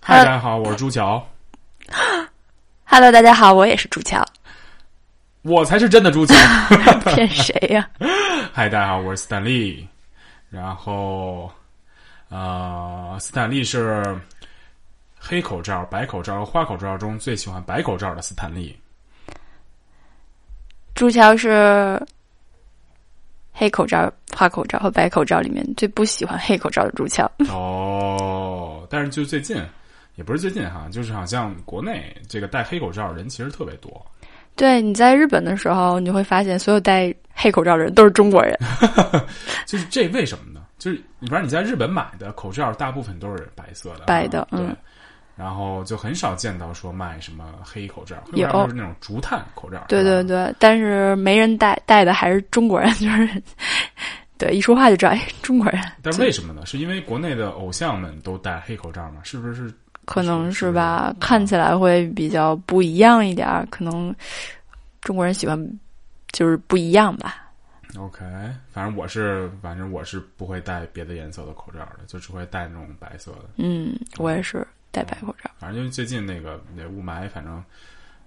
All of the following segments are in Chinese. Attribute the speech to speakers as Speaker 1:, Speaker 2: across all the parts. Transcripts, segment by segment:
Speaker 1: 嗨，大家好，我是朱乔，
Speaker 2: Hello，大家好，我也是朱乔，
Speaker 1: 我才是真的朱乔。
Speaker 2: 骗谁呀、
Speaker 1: 嗨，大家好，我是斯坦利。然后，呃，斯坦利是黑口罩、白口罩、花口罩中最喜欢白口罩的斯坦利。
Speaker 2: 朱乔是黑口罩、花口罩和白口罩里面最不喜欢黑口罩的朱乔。
Speaker 1: 哦，但是就最近，也不是最近哈，就是好像国内这个戴黑口罩的人其实特别多。
Speaker 2: 对，你在日本的时候，你会发现所有戴黑口罩的人都是中国人。
Speaker 1: 就是这为什么呢？就是你反正你在日本买的口罩，大部分都是白色的，
Speaker 2: 白的
Speaker 1: 啊对。
Speaker 2: 嗯
Speaker 1: 然后就很少见到说卖什么黑口罩，黑
Speaker 2: 有
Speaker 1: 口罩就是那种竹炭口罩。
Speaker 2: 对
Speaker 1: 是吧
Speaker 2: 对对，但是没人戴，戴的还是中国人，就是 对一说话就知道，哎，中国人
Speaker 1: 但为什么呢？是因为国内的偶像们都戴黑口罩吗？是不是？
Speaker 2: 可能
Speaker 1: 是
Speaker 2: 是吧
Speaker 1: 是，
Speaker 2: 看起来会比较不一样一点儿，可能中国人喜欢就是不一样吧。
Speaker 1: OK，反正我是，反正我是不会戴别的颜色的口罩的，就只会戴那种白色的。
Speaker 2: 嗯，我也是戴白口罩。
Speaker 1: 反正就是最近那个那雾霾，反正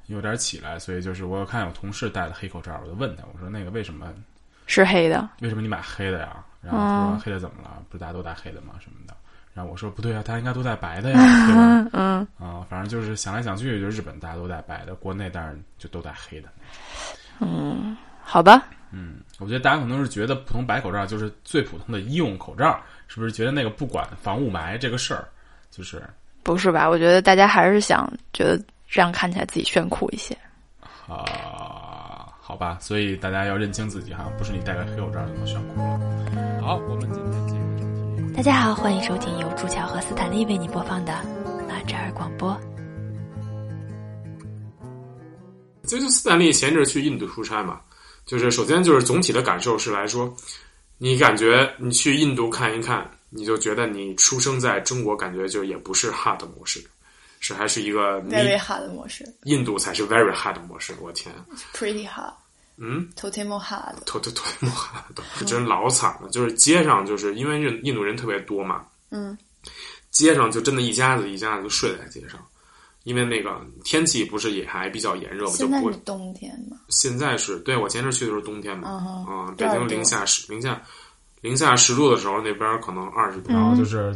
Speaker 1: 有点起来，所以就是我看有同事戴了黑口罩，我就问他，我说那个为什么
Speaker 2: 是黑的，
Speaker 1: 为什么你买黑的呀？然后他说
Speaker 2: 嗯
Speaker 1: 黑的怎么了？不是大家都戴黑的吗？什么的。然后我说不对啊，大家应该都戴白的呀，对吧？
Speaker 2: 嗯，
Speaker 1: 啊、反正就是想来想去，就日本大家都戴白的，国内当然就都戴黑的。
Speaker 2: 好吧，
Speaker 1: 我觉得大家可能是觉得普通白口罩就是最普通的医用口罩，是不是觉得那个不管防雾霾这个事儿，就是
Speaker 2: 不是吧？我觉得大家还是想觉得这样看起来自己炫酷一些。
Speaker 1: 啊、好吧，所以大家要认清自己哈，不是你戴个黑口罩就能炫酷了。好，我们今天进入正题。
Speaker 3: 大家好，欢迎收听由朱乔和斯坦利为你播放的马扎尔广播。
Speaker 1: 这就斯坦利闲着去印度出差嘛，就是首先就是总体的感受是来说，你感觉你去印度看一看，你就觉得你出生在中国，感觉就也不是 hard 模式，是还是一个你
Speaker 4: very hard 的模式
Speaker 1: 印度才是 very hard 模式，我天，
Speaker 4: ，pretty hard，
Speaker 1: 嗯，
Speaker 4: to t e m o hard。
Speaker 1: 头头头莫哈都真老惨了，就是街上就是因为印印度人特别多嘛，
Speaker 4: 嗯，
Speaker 1: 街上就真的一家子一家子就睡在街上，因为那个天气不是也还比较炎热嘛，就
Speaker 4: 现在
Speaker 1: 不会
Speaker 4: 是冬天嘛，
Speaker 1: 现在是对我前阵去的时候冬天嘛，
Speaker 4: 嗯哼
Speaker 1: 啊，北京
Speaker 4: 多少度
Speaker 1: 零下十零下零下十度的时候，那边可能二十度，然
Speaker 2: 嗯
Speaker 1: 后就是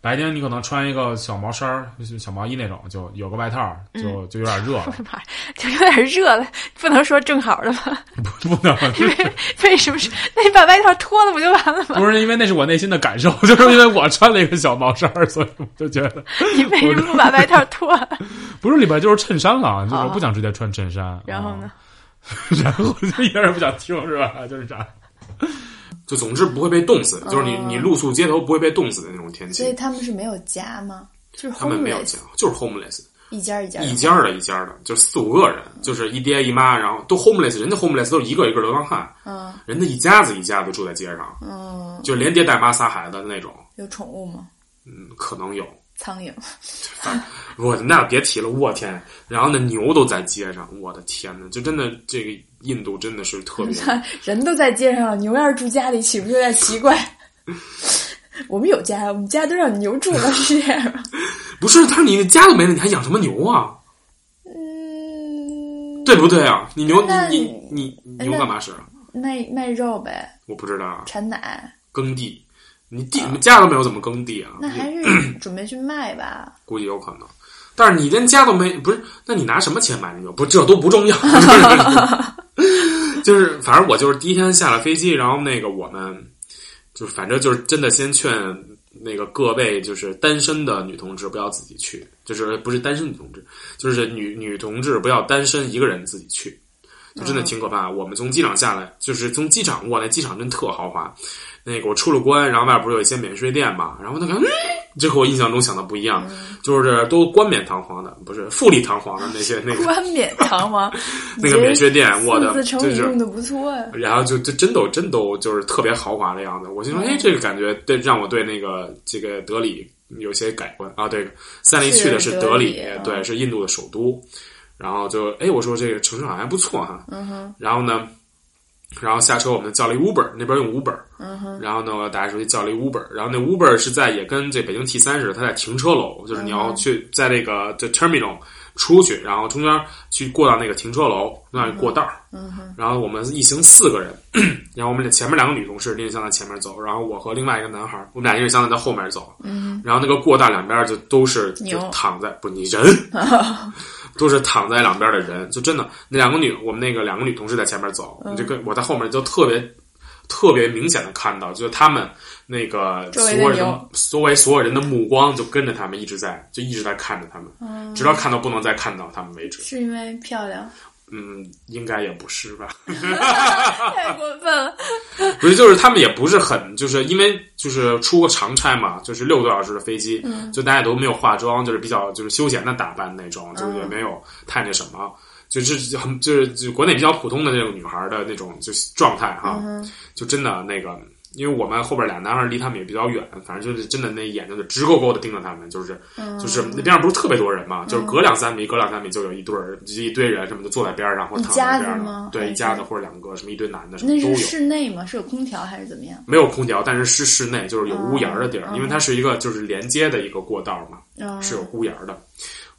Speaker 1: 白天你可能穿一个小毛衫儿、就是小毛衣那种，就有个外套，就
Speaker 2: 嗯
Speaker 1: 就有点热 了，
Speaker 2: 妈呀，就有点热了，不能说正好的吧？
Speaker 1: 不能。
Speaker 2: 为什么是？那你把外套脱了不就完了 吗？
Speaker 1: 不是因为那是我内心的感受， 就是因为我穿了一个小毛衫儿，所以我就觉得
Speaker 2: 你为什么不把外套脱了？
Speaker 1: 不是里边就是衬衫了，就是我不想直接穿衬 衫。啊
Speaker 2: 然后
Speaker 1: 哦
Speaker 2: 呢？
Speaker 1: 然后就一点也不想听，是吧？就是啥，就总之不会被冻死，就是你
Speaker 2: 嗯
Speaker 1: 你露宿街头不会被冻死的那种天
Speaker 4: 所以
Speaker 1: 气。
Speaker 4: 他们是没有家吗？就是
Speaker 1: 他们没有
Speaker 4: homeless，
Speaker 1: 家，就是 homeless，
Speaker 4: 一家一家的
Speaker 1: 一家儿的一家儿的，就四五个人，就是一爹一妈，然后都 homeless，人家 homeless 都是一个一个流浪汉，
Speaker 4: 嗯
Speaker 1: 人家一家子一家子住在街上，
Speaker 4: 嗯，
Speaker 1: 就连爹带妈仨孩子那种，
Speaker 4: 有宠物吗？
Speaker 1: 嗯，可能有。
Speaker 4: 苍蝇，
Speaker 1: 我那别提了，我天！然后那牛都在街上，我的天呐，就真的这个印度真的是特别
Speaker 4: 人都在街上了，牛要是住家里，岂不是有点奇怪？ 我们有家，我们家都让牛住了，是这样吗？
Speaker 1: 不是，但是你家都没了，你还养什么牛啊？
Speaker 4: 嗯，
Speaker 1: 对不对啊？你牛
Speaker 4: 那
Speaker 1: 你你你
Speaker 4: 那
Speaker 1: 牛干嘛使？啊
Speaker 4: 卖卖肉呗，
Speaker 1: 我不知道啊，
Speaker 4: 产奶，
Speaker 1: 耕地，你地你们家都没有怎么耕地啊？
Speaker 4: 啊那还是 准备去卖吧。
Speaker 1: 估计有可能。但是你连家都没，不是？那你拿什么钱买那牛？不，这都不重要。 就是就是，反正我就是第一天下了飞机，然后那个我们就反正就是真的先劝那个各位就是单身的女同志不要自己去，就是不是单身女同志，就是女女同志不要单身一个人自己去，就真的挺可怕。我们从机场下来，就是从机场，哇，那机场真特豪华。那个我出了关，然后外边不是有一些免税店嘛，然后那个，嗯，这和我印象中想的不一样，就是都冠冕堂皇的，不是富丽堂皇的那些那 个
Speaker 4: 冠冕堂皇，
Speaker 1: 那个免税店，我的
Speaker 4: 四字成
Speaker 1: 就
Speaker 4: 语
Speaker 1: 是
Speaker 4: 用的不错啊。
Speaker 1: 然后就就真都真都就是特别豪华的样子。我心说，哎，这个感觉对让我对那个这个德里有些改观啊。对，三林去的是德里，啊
Speaker 4: 是德里
Speaker 1: 对，是印度的首都。然后就哎，我说这个城市好像还不错哈。嗯哼。然后呢，然后下车我们叫了一 Uber，那边用 Uber，嗯哼，然后呢，我打车去叫了一 Uber，然后那 Uber 是在也跟这北京 T 三似的，它在停车楼，就是你要去在这个这 terminal 出去，然后中间去过到那个停车楼那里过道儿，嗯哼，然后我们一行四个人， 然后我们的前面两个女同事拎着箱在前面走，然后我和另外一个男孩，我们俩拎着箱子在后面走，嗯，然后那个过道两边就都是就
Speaker 4: 牛
Speaker 1: 躺在不你 人，都是躺在两边的人，就真的那两个女，我们那个两个女同事在前面走，就跟我在后面就特别特别明显的看到，就是他们那个
Speaker 4: 周围
Speaker 1: 所有
Speaker 4: 的
Speaker 1: 人的
Speaker 4: 牛
Speaker 1: 周围所有人的目光就跟着他们一直在就一直在看着他们，
Speaker 4: 哦
Speaker 1: 直到看到不能再看到他们为止。
Speaker 4: 是因为漂亮，
Speaker 1: 嗯，应该也不是吧？ 啊
Speaker 4: 太过分了。
Speaker 1: 不是，就是他们也不是很，就是因为就是出个长差嘛，就是六个多小时的飞机，
Speaker 4: 嗯
Speaker 1: 就大家也都没有化妆，就是比较就是休闲的打扮那种，就是也没有太那什么，就是很就是就国内比较普通的那种女孩的那种就是状态
Speaker 4: 嗯
Speaker 1: 哈，就真的那个，因为我们后边俩男孩离他们也比较远，反正就是真的那眼睛就直勾勾的盯着他们，就是
Speaker 4: 嗯
Speaker 1: 就是那边上不是特别多人嘛，就是隔两三米，隔两三米就有一对儿就一堆人什么的坐在边儿啊上或躺在边儿
Speaker 4: 一家子
Speaker 1: 上
Speaker 4: 吗，
Speaker 1: 对，
Speaker 4: 还
Speaker 1: 一
Speaker 4: 是
Speaker 1: 家子或者两个什么一堆男的什么
Speaker 4: 那
Speaker 1: 都有
Speaker 4: 是。室内吗？是有空调还是怎么样？
Speaker 1: 没有空调，但是是室内，就是有屋檐儿的地儿，
Speaker 4: 嗯
Speaker 1: 因为它是一个就是连接的一个过道嘛，
Speaker 4: 啊，
Speaker 1: 是有屋檐儿的。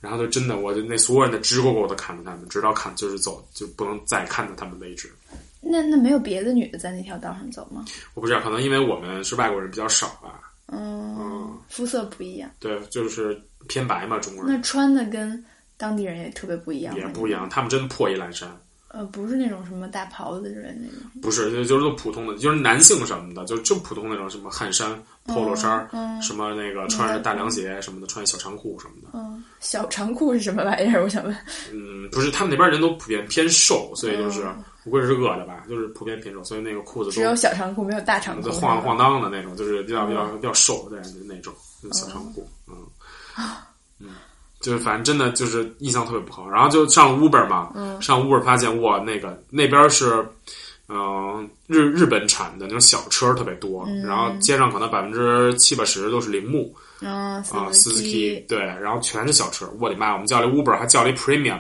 Speaker 1: 然后就真的，我就那所有人都直勾勾的看着他们，直到看就是走就不能再看着他们为止。
Speaker 4: 那那没有别的女的在那条道上走吗？
Speaker 1: 我不知道，可能因为我们是外国人比较少吧，
Speaker 4: 嗯，肤色不一样，
Speaker 1: 对，就是偏白嘛，中国
Speaker 4: 那
Speaker 1: 人
Speaker 4: 穿的跟当地人也特别不一样吗，
Speaker 1: 也不一样，他们真破衣烂衫，
Speaker 4: 呃，不是那种什么大袍子的人那种。
Speaker 1: 不是就就是普通的，就是男性什么的，就就普通那种什么汗衫、polo 衫儿，
Speaker 4: 嗯
Speaker 1: 什么那个穿着大凉鞋什么的，穿一小长裤什么的。
Speaker 4: 嗯，小长裤是什么玩意儿？我想问。
Speaker 1: 嗯，不是，他们那边人都普遍偏瘦，所以就是不会是饿的吧，就是普遍偏瘦，所以那个裤子
Speaker 4: 哦只有
Speaker 1: 都
Speaker 4: 小长裤，没有大长裤。嗯
Speaker 1: 就晃了晃荡的那种，就是比较比较比较瘦的人的那种就是小长裤，嗯嗯，就是反正真的就是印象特别不好。然后就上了 Uber 嘛，上 Uber 发现哇，那个那边是。嗯，日日本产的那种小车特别多，然后街上可能百分之七八十都是铃木，
Speaker 4: 嗯，
Speaker 1: 啊
Speaker 4: 司
Speaker 1: ，Suzuki 对，然后全是小车，我的妈！我们叫了 Uber，还叫了一 Premium，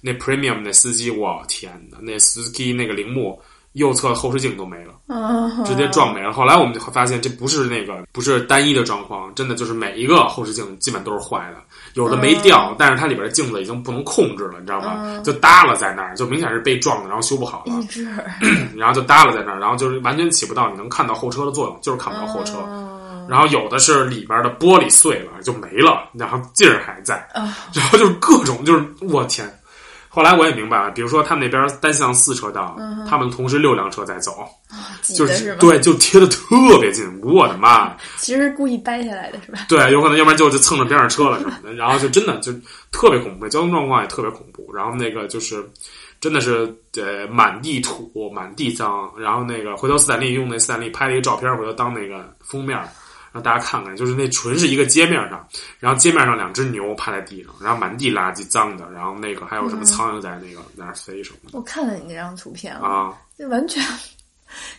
Speaker 1: 那 Premium 那司机，我天哪！那 Suzuki 那个铃木右侧后视镜都没了，
Speaker 4: 嗯，
Speaker 1: 直接撞没了。后来我们就发现这不是那个不是单一的状况，真的就是每一个后视镜基本都是坏的，有的没
Speaker 4: 嗯
Speaker 1: 掉，但是它里边的镜子已经不能控制了，你知道吗？就耷拉在那儿，就明显是被撞的，然后修不好了
Speaker 4: 一，只耳。
Speaker 1: 然后就耷拉在那儿，然后就是完全起不到你能看到后车的作用，就是看不到后车。
Speaker 4: 嗯
Speaker 1: 然后有的是里边的玻璃碎了就没了，然后劲儿还在，
Speaker 4: 啊，
Speaker 1: 然后就是各种就是我天。后来我也明白了，比如说他们那边单向四车道，
Speaker 4: 嗯
Speaker 1: 他们同时六辆车在走，
Speaker 4: 挤
Speaker 1: 就
Speaker 4: 的
Speaker 1: 是
Speaker 4: 吗？，
Speaker 1: 对，就贴的特别近，我的妈呀！
Speaker 4: 其实是故意掰下来的是吧？
Speaker 1: 对，有可能要不然就就蹭着边上车了什么的，然后就真的就特别恐怖，交通状况也特别恐怖。然后那个就是真的是呃满地土，满地脏。然后那个回头斯坦利用那斯坦利拍了一个照片，回头当那个封面儿。让大家看看，就是那纯是一个街面上，然后街面上两只牛趴在地上，然后满地垃圾脏的，然后那个还有什
Speaker 4: 嗯
Speaker 1: 么苍蝇在那个在那儿飞什么
Speaker 4: 我看了你那张图片
Speaker 1: 的
Speaker 4: 了，
Speaker 1: 啊，
Speaker 4: 就完全，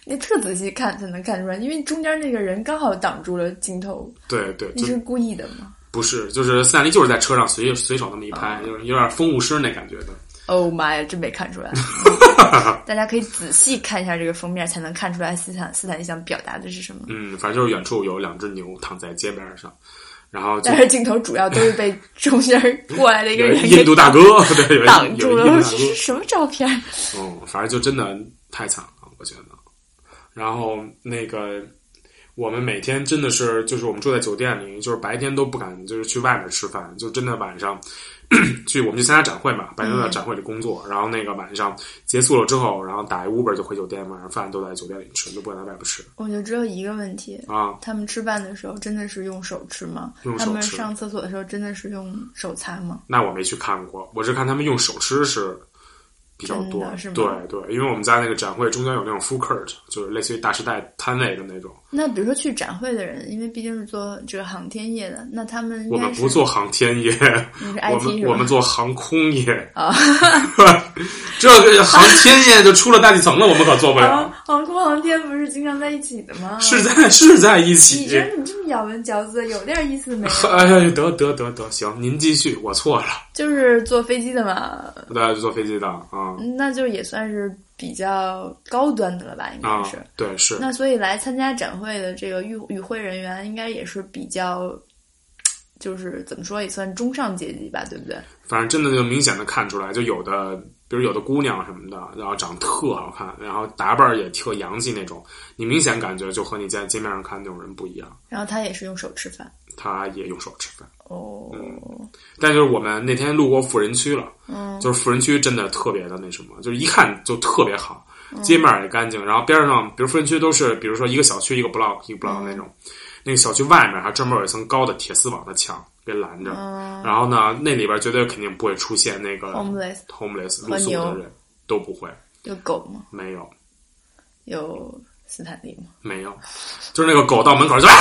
Speaker 4: 你特仔细看才能看出来，因为中间那个人刚好挡住了镜头，
Speaker 1: 对对，
Speaker 4: 你
Speaker 1: 就是
Speaker 4: 故意的吗
Speaker 1: 不是就是斯坦利就是在车上随随手那么一
Speaker 4: 啊
Speaker 1: 拍，就是有点风物诗那感觉的，
Speaker 4: ？Oh 妈呀，真没看 出来！大家可以仔细看一下这个封面，才能看出来斯坦斯坦利想表达的是什么。
Speaker 1: 嗯，反正就是远处有两只牛躺在街边上，然后 就
Speaker 4: 但是镜头主要都是被中间过来的一个
Speaker 1: 有
Speaker 4: 人
Speaker 1: 一
Speaker 4: 给
Speaker 1: 印度大哥， 对，有一
Speaker 4: 挡住了，
Speaker 1: 有一印
Speaker 4: 我
Speaker 1: 度
Speaker 4: 说这是什么照片？
Speaker 1: 大哥，嗯，反正就真的太惨了，我觉得。然后那个我们每天真的是，就是我们住在酒店里，就是白天都不敢就是去外面吃饭，就真的晚上 去我们去参加展会嘛，白天都
Speaker 4: 嗯
Speaker 1: 在展会里工作，然后那个晚上结束了之后，然后打一 Uber 就回酒店，晚上饭都在酒店里吃，就不敢在外边吃
Speaker 4: 我就只有一个问题，
Speaker 1: 啊。
Speaker 4: 他们吃饭的时候真的是用手吃吗？
Speaker 1: 用手
Speaker 4: 他们
Speaker 1: 吃
Speaker 4: 上厕所的时候真的是用手擦吗？
Speaker 1: 那我没去看过，我是看他们用手吃是比较多
Speaker 4: 真的是，吗
Speaker 1: 对对，因为我们在那个展会中间有那种 food court，就是类似于大时代摊位的那种。
Speaker 4: 那比如说去展会的人，因为毕竟是做这个航天业的，那他们应
Speaker 1: 我
Speaker 4: 该
Speaker 1: 们
Speaker 4: 是
Speaker 1: 不做航天业，
Speaker 4: 你是
Speaker 1: 我
Speaker 4: IT
Speaker 1: 们
Speaker 4: 是吧？
Speaker 1: 我们做航空业，
Speaker 4: 啊，
Speaker 1: 这个航天业就出了大气层了，我们可做不
Speaker 4: 航
Speaker 1: 了。
Speaker 4: 啊航空航天不是经常在一起的吗？
Speaker 1: 是在是在一
Speaker 4: 你
Speaker 1: 起
Speaker 4: 这。你这么咬文嚼字，有点 意思没有？
Speaker 1: 哎呀，得得得得，行，您继续，我错了，
Speaker 4: 就是坐飞机的嘛，
Speaker 1: 大家就坐飞机的啊
Speaker 4: 那就也算是比较高端的了吧，应该
Speaker 1: 啊
Speaker 4: 是。，
Speaker 1: 对是，
Speaker 4: 那所以来参加展会的这个与与会人员，应该也是比较，就是怎么说也算中上阶级吧，对不对？
Speaker 1: 反正真的就明显的看出来，就有的，比如有的姑娘什么的，然后长得特好看，然后打扮儿也特洋气那种，你明显感觉就和你在街面上看那种人不一样。
Speaker 4: 然后他也是用手吃饭。
Speaker 1: 她也用手吃饭，
Speaker 4: 哦，
Speaker 1: 但就是我们那天路过富人区了，
Speaker 4: 嗯，
Speaker 1: 就是富人区真的特别的那什么，就是一看就特别好，街面儿也干净，然后边儿上，比如富人区都是，比如说一个小区一个 block 一个 block 那种，那个小区外面还专门有一层高的铁丝网的墙给拦着，
Speaker 4: 嗯
Speaker 1: 然后呢，那里边绝对肯定不会出现那个
Speaker 4: Homeless
Speaker 1: homeless 露
Speaker 4: 和
Speaker 1: 宿
Speaker 4: 牛
Speaker 1: 的人，都不会，
Speaker 4: 有狗吗？
Speaker 1: 没有
Speaker 4: 有斯坦利吗？
Speaker 1: 没有，就是那个狗到门口就啊，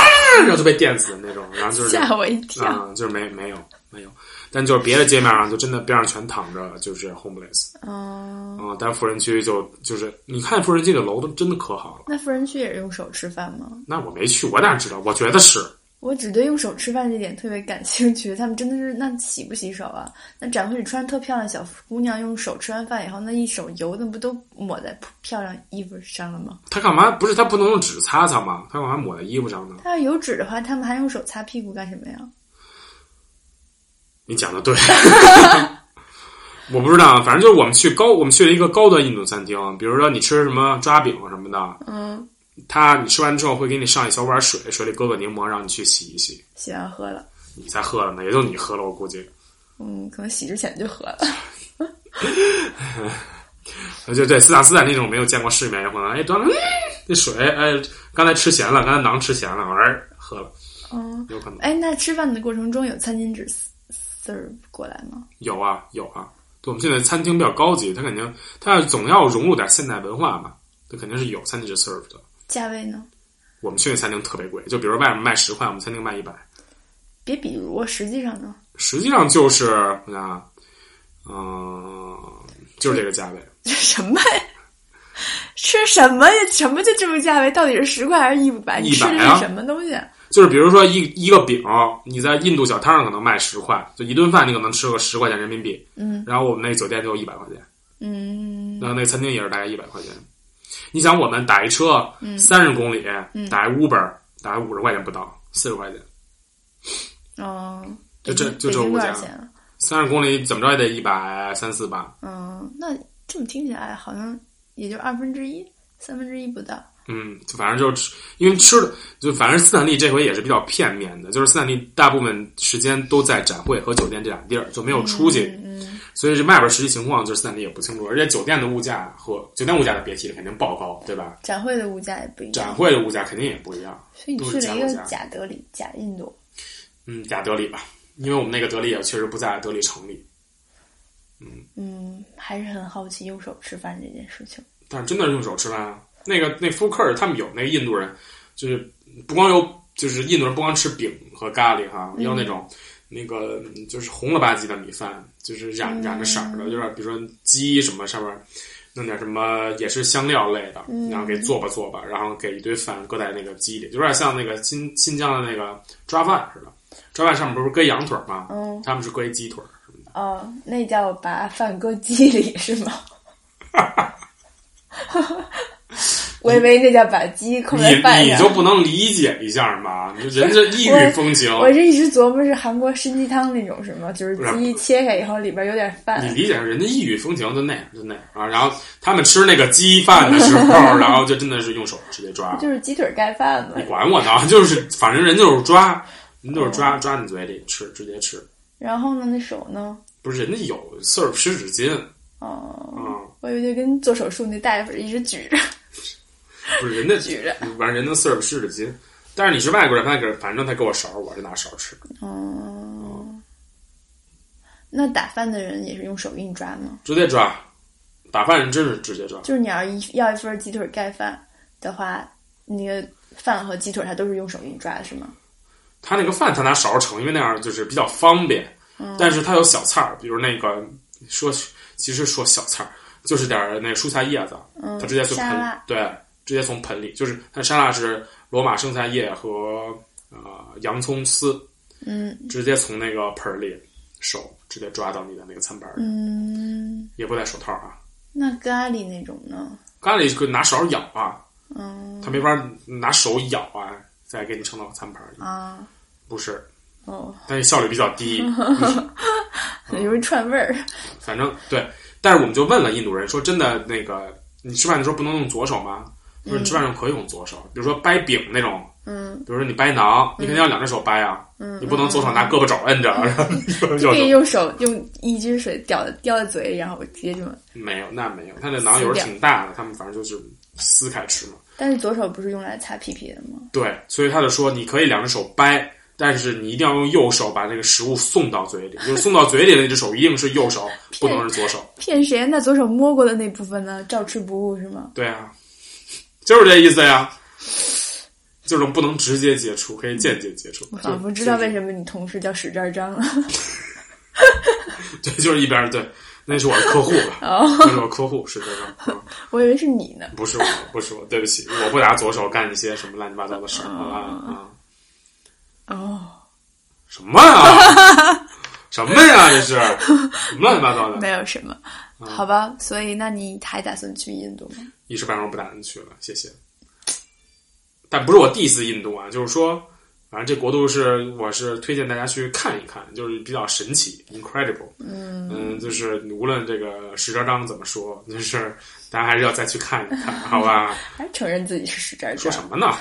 Speaker 1: 然后就被电死的那种，然后就是
Speaker 4: 吓我一跳！
Speaker 1: 啊、就是没没有没有，但就是别的街面上就真的边上全躺着就是 homeless。
Speaker 4: 嗯，
Speaker 1: 啊、但富人区就就是，你看富人区的楼都真的可好了。
Speaker 4: 那富人区也是用手吃饭吗？
Speaker 1: 那我没去，我哪知道？我觉得是，
Speaker 4: 我只对用手吃饭这点特别感兴趣。他们真的是那洗不洗手啊？那展会里穿特漂亮的小姑娘用手吃完饭以后，那一手油那不都抹在漂亮衣服上了吗？
Speaker 1: 他干嘛？不是他不能用纸擦擦吗？他干嘛抹在衣服上呢？
Speaker 4: 他要有纸的话，他们还用手擦屁股干什么呀？
Speaker 1: 你讲的对， 我不知道，反正就是我们去高，我们去了一个高端印度餐厅，比如说你吃什么抓饼什么的，
Speaker 4: 嗯，
Speaker 1: 他你吃完之后会给你上一小碗水，水里搁个柠檬，让你去洗一洗。
Speaker 4: 洗完喝了，
Speaker 1: 你才喝了呢，也就你喝了，我估计。
Speaker 4: 嗯，可能洗之前就喝了。
Speaker 1: 就对，斯坦斯坦那种没有见过世面，有可能哎端了，嗯这水哎，刚才吃咸了，刚才馕吃咸了，哎喝了，
Speaker 4: 嗯，
Speaker 1: 有可能。
Speaker 4: 哎，那吃饭的过程中有餐巾纸 serve 过来吗？
Speaker 1: 有啊，有啊。对，我们现在餐厅比较高级，它肯定它总要融入点现代文化嘛，它肯定是有餐巾纸 serve 的。
Speaker 4: 价位呢？
Speaker 1: 我们去那餐厅特别贵，就比如外面卖十块，我们餐厅卖一百，
Speaker 4: 别比如，我实际上呢，
Speaker 1: 实际上就是啊，嗯、就是这个价位。
Speaker 4: 这什么呀？ 吃什么呀？什么就这么价位？到底是十块还是一百？你
Speaker 1: 一
Speaker 4: 吃
Speaker 1: 百
Speaker 4: 的
Speaker 1: 啊
Speaker 4: 是什么东西？
Speaker 1: 就是比如说一一个饼，你在印度小摊上可能卖十块，就一顿饭你可能吃个十块钱人民币。
Speaker 4: 嗯
Speaker 1: 然后我们那酒店就一百块钱，
Speaker 4: 嗯
Speaker 1: 然后那餐厅也是大概一百块钱。你想，我们打一车
Speaker 4: 嗯
Speaker 1: 三十公里，打一 Uber 打五十块钱不到，四十块钱。
Speaker 4: 哦，
Speaker 1: 就
Speaker 4: 北
Speaker 1: 这
Speaker 4: 京
Speaker 1: 就这
Speaker 4: 北京
Speaker 1: 物
Speaker 4: 多少
Speaker 1: 价
Speaker 4: 钱啊？
Speaker 1: 三十公里怎么着也得一百三四吧，
Speaker 4: 嗯，那这么听起来好像也就二分之一、三分之一不到。
Speaker 1: 嗯，就反正就吃，因为吃的就反正斯坦利这回也是比较片面的，就是斯坦利大部分时间都在展会和酒店这俩地儿，就没有出去，
Speaker 4: 嗯，
Speaker 1: 所以这外边实际情况就是斯坦利也不清楚，而且酒店的物价和酒店物价就别提了，肯定爆高，对吧？
Speaker 4: 展会的物价也不一样。
Speaker 1: 展会的物价肯定也不一样，
Speaker 4: 所以你
Speaker 1: 都
Speaker 4: 去
Speaker 1: 是
Speaker 4: 了
Speaker 1: 假
Speaker 4: 一
Speaker 1: 物
Speaker 4: 个
Speaker 1: 价
Speaker 4: 假德里、假印度。
Speaker 1: 嗯，假德里吧，因为我们那个德里也确实不在德里城里，
Speaker 4: 嗯，还是很好奇用手吃饭这件事情。
Speaker 1: 但是真的是用手吃饭啊。那个那 f o o d court 他们有那个印度人，就是不光有，就是印度人不光吃饼和咖喱哈，
Speaker 4: 嗯
Speaker 1: 也有那种那个嗯就是红了吧唧的米饭，就是染染着色儿
Speaker 4: 嗯
Speaker 1: 的，就是比如说鸡什么上面弄点什么也是香料类的，
Speaker 4: 嗯
Speaker 1: 然后给做吧做吧，然后给一堆饭搁在那个鸡里，有点像那个新新疆的那个抓饭似的。抓饭上面不是搁羊腿儿吗？
Speaker 4: 嗯
Speaker 1: 他们是搁一鸡腿儿。
Speaker 4: 哦，那叫把饭搁鸡里是 吗？我以为那叫把鸡扣在饭
Speaker 1: 嗯你你
Speaker 4: 上。
Speaker 1: 就不能理解一下吗？你就人家异域风情，
Speaker 4: 我这一直琢磨是韩国参鸡汤那种是吗？就是
Speaker 1: 不是
Speaker 4: 鸡切开以后里边有点饭
Speaker 1: 你。理解人家异域风情就那样就那样啊。然后他们吃那个鸡饭的时候，然后就真的是用手直接抓，
Speaker 4: 就是鸡腿盖饭嘛
Speaker 1: 你，管我呢？就是反正人就是抓，人就是
Speaker 4: 哦
Speaker 1: 抓抓你嘴里吃，直接吃。
Speaker 4: 然后呢，那手呢？
Speaker 1: 不是人家有 serve 湿纸巾
Speaker 4: 哦，
Speaker 1: 啊，
Speaker 4: 我以为就跟做手术那大夫一直举着。
Speaker 1: 不是人家
Speaker 4: 举着，
Speaker 1: 反正人能 serve 湿纸巾。但是你是外国人，他给反正他给我勺，我是拿勺吃。
Speaker 4: 哦，那打饭的人也是用手给你抓吗？
Speaker 1: 直接抓，打饭人真是直接抓。
Speaker 4: 就是你要一要一份鸡腿盖饭的话，那个饭和鸡腿它都是用手给你抓的是吗？
Speaker 1: 他那个饭他拿
Speaker 4: 嗯
Speaker 1: 勺盛，因为那样就是比较方便。但是他有小菜儿，比如那个说其实说小菜儿就是点儿那蔬菜叶子，
Speaker 4: 嗯
Speaker 1: 它直接从
Speaker 4: 沙
Speaker 1: 盆
Speaker 4: 拉
Speaker 1: 对，直接从盆里，就是它沙拉是罗马生菜叶和呃洋葱丝，
Speaker 4: 嗯
Speaker 1: 直接从那个盆儿里手直接抓到你的那个餐盘儿里，
Speaker 4: 嗯，
Speaker 1: 也不戴手套啊。
Speaker 4: 那咖喱那种呢？
Speaker 1: 咖喱就拿勺舀啊，
Speaker 4: 嗯
Speaker 1: 他没法拿手舀啊，再给你盛到餐盘儿里，
Speaker 4: 啊
Speaker 1: 不是，
Speaker 4: 哦，
Speaker 1: 但是效率比较 低。
Speaker 4: 有
Speaker 1: 嗯
Speaker 4: 时候串味儿。
Speaker 1: 反正对，但是我们就问了印度人说，真的那个你吃饭的时候不能用左手吗？他说你吃饭的时候可以用左手，比如说掰饼那种，
Speaker 4: 嗯
Speaker 1: 比如说你掰馕，你肯定要两只手掰啊，
Speaker 4: 嗯，
Speaker 1: 你不能左手拿胳膊肘摁着，然 后右手
Speaker 4: 可以用手用一只水叼叼在嘴里，然后直接这么。
Speaker 1: 没有，那没有，他那馕有时候挺大的，他们反正就是撕开吃嘛。
Speaker 4: 但是左手不是用来擦屁屁的吗？
Speaker 1: 对，所以他就说你可以两只手掰，但是你一定要用右手把这个食物送到嘴里，就是送到嘴里的那只手一定是右手，不能是左手。
Speaker 4: 骗谁？那左手摸过的那部分呢？照吃不误是吗？
Speaker 1: 对啊， 就是这意思呀，就是不能直接接触，可以间接接触。
Speaker 4: 我仿佛知道为
Speaker 1: 么，
Speaker 4: 什么你同事叫史这儿张了。
Speaker 1: 对，就是一边儿对，那是我的客户吧，
Speaker 4: 哦，
Speaker 1: 那是我客户，是这样，嗯
Speaker 4: 我以为是你呢。
Speaker 1: 不是我，不是我，对不起，我不拿左手干一些什么乱七八糟的事儿，好吧？啊，
Speaker 4: 哦，
Speaker 1: 什么呀？ 什么呀？这是什么乱七八糟
Speaker 4: 没
Speaker 1: 的？
Speaker 4: 有什么，
Speaker 1: 嗯
Speaker 4: 好吧。所以，那你还打算去印度吗？
Speaker 1: 一时半会儿不打算去了，谢谢。但不是我第一次印度啊，就是说，反正这国度是我是推荐大家去看一看，就是比较神奇，incredible。
Speaker 4: 嗯，
Speaker 1: 嗯，就是无论这个石哲章怎么说，就是大家还是要再去看一看，好 吧？
Speaker 4: 还承认自己是史这儿
Speaker 1: 说
Speaker 4: 张
Speaker 1: 什。么呢？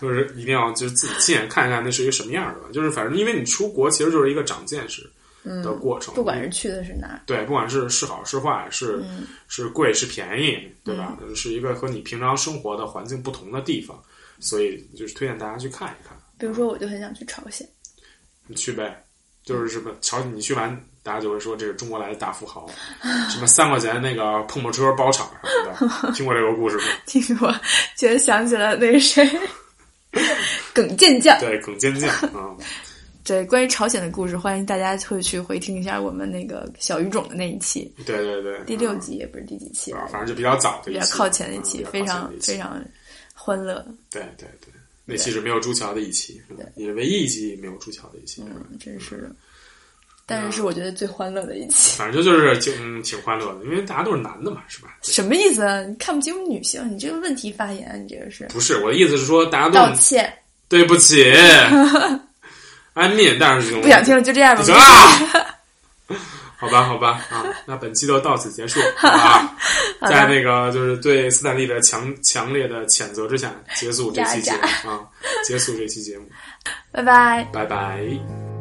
Speaker 1: 就是一定要就是自己亲眼看一看那是一个什么样的吧。就是反正因为你出国其实就是一个长见识的过程，
Speaker 4: 嗯不管是去的是哪儿，
Speaker 1: 对，不管是是好是坏，是、
Speaker 4: 嗯
Speaker 1: 是贵是便宜，对吧？呃是一个和你平常生活的环境不同的地方，所以就是推荐大家去看一看，
Speaker 4: 比如说，我就很想去朝鲜。
Speaker 1: 你去呗。就是什么，瞧你去完，大家就会说这是中国来的大富 豪，什么三块钱那个碰碰车包场什么的，听过这个故 事吗？
Speaker 4: 听我觉得想起了那 个谁，耿健将。
Speaker 1: 对，耿尖健啊，
Speaker 4: 对，关于朝鲜的故事，欢迎大家会去回听一下我们那个小语种的那一期，
Speaker 1: 对对对，
Speaker 4: 第六
Speaker 1: 嗯
Speaker 4: 集也不是第几期
Speaker 1: 啊
Speaker 4: 了，
Speaker 1: 反正就比较早的
Speaker 4: 比
Speaker 1: 一
Speaker 4: 较
Speaker 1: 期，
Speaker 4: 靠前的一
Speaker 1: 嗯
Speaker 4: 期
Speaker 1: 比，较
Speaker 4: 非
Speaker 1: 靠前
Speaker 4: 常
Speaker 1: 的一期
Speaker 4: 非常欢乐。
Speaker 1: 对对对，那期是没有朱桥的一期，嗯也是唯一一期没有朱桥的一期，
Speaker 4: 嗯，真是的。但是是我觉得最欢乐的一期。
Speaker 1: 反正就是挺嗯挺欢乐的，因为大家都是男的嘛，是吧？
Speaker 4: 什么意思啊？你看不起我们女性？你这个问题发言啊，你这个是
Speaker 1: 不是我的意思是说，大家都
Speaker 4: 道
Speaker 1: 是
Speaker 4: 歉，
Speaker 1: 对不起，I mean，但是这种
Speaker 4: 不想听了，就这样吧
Speaker 1: 不。行 啊。好吧，好吧，啊，那本期就到此 结束，好吧？在那个就是对斯坦利的强强烈的谴责之下，结束这期节目啊，结束这期节目，
Speaker 4: 拜拜。
Speaker 1: 拜拜。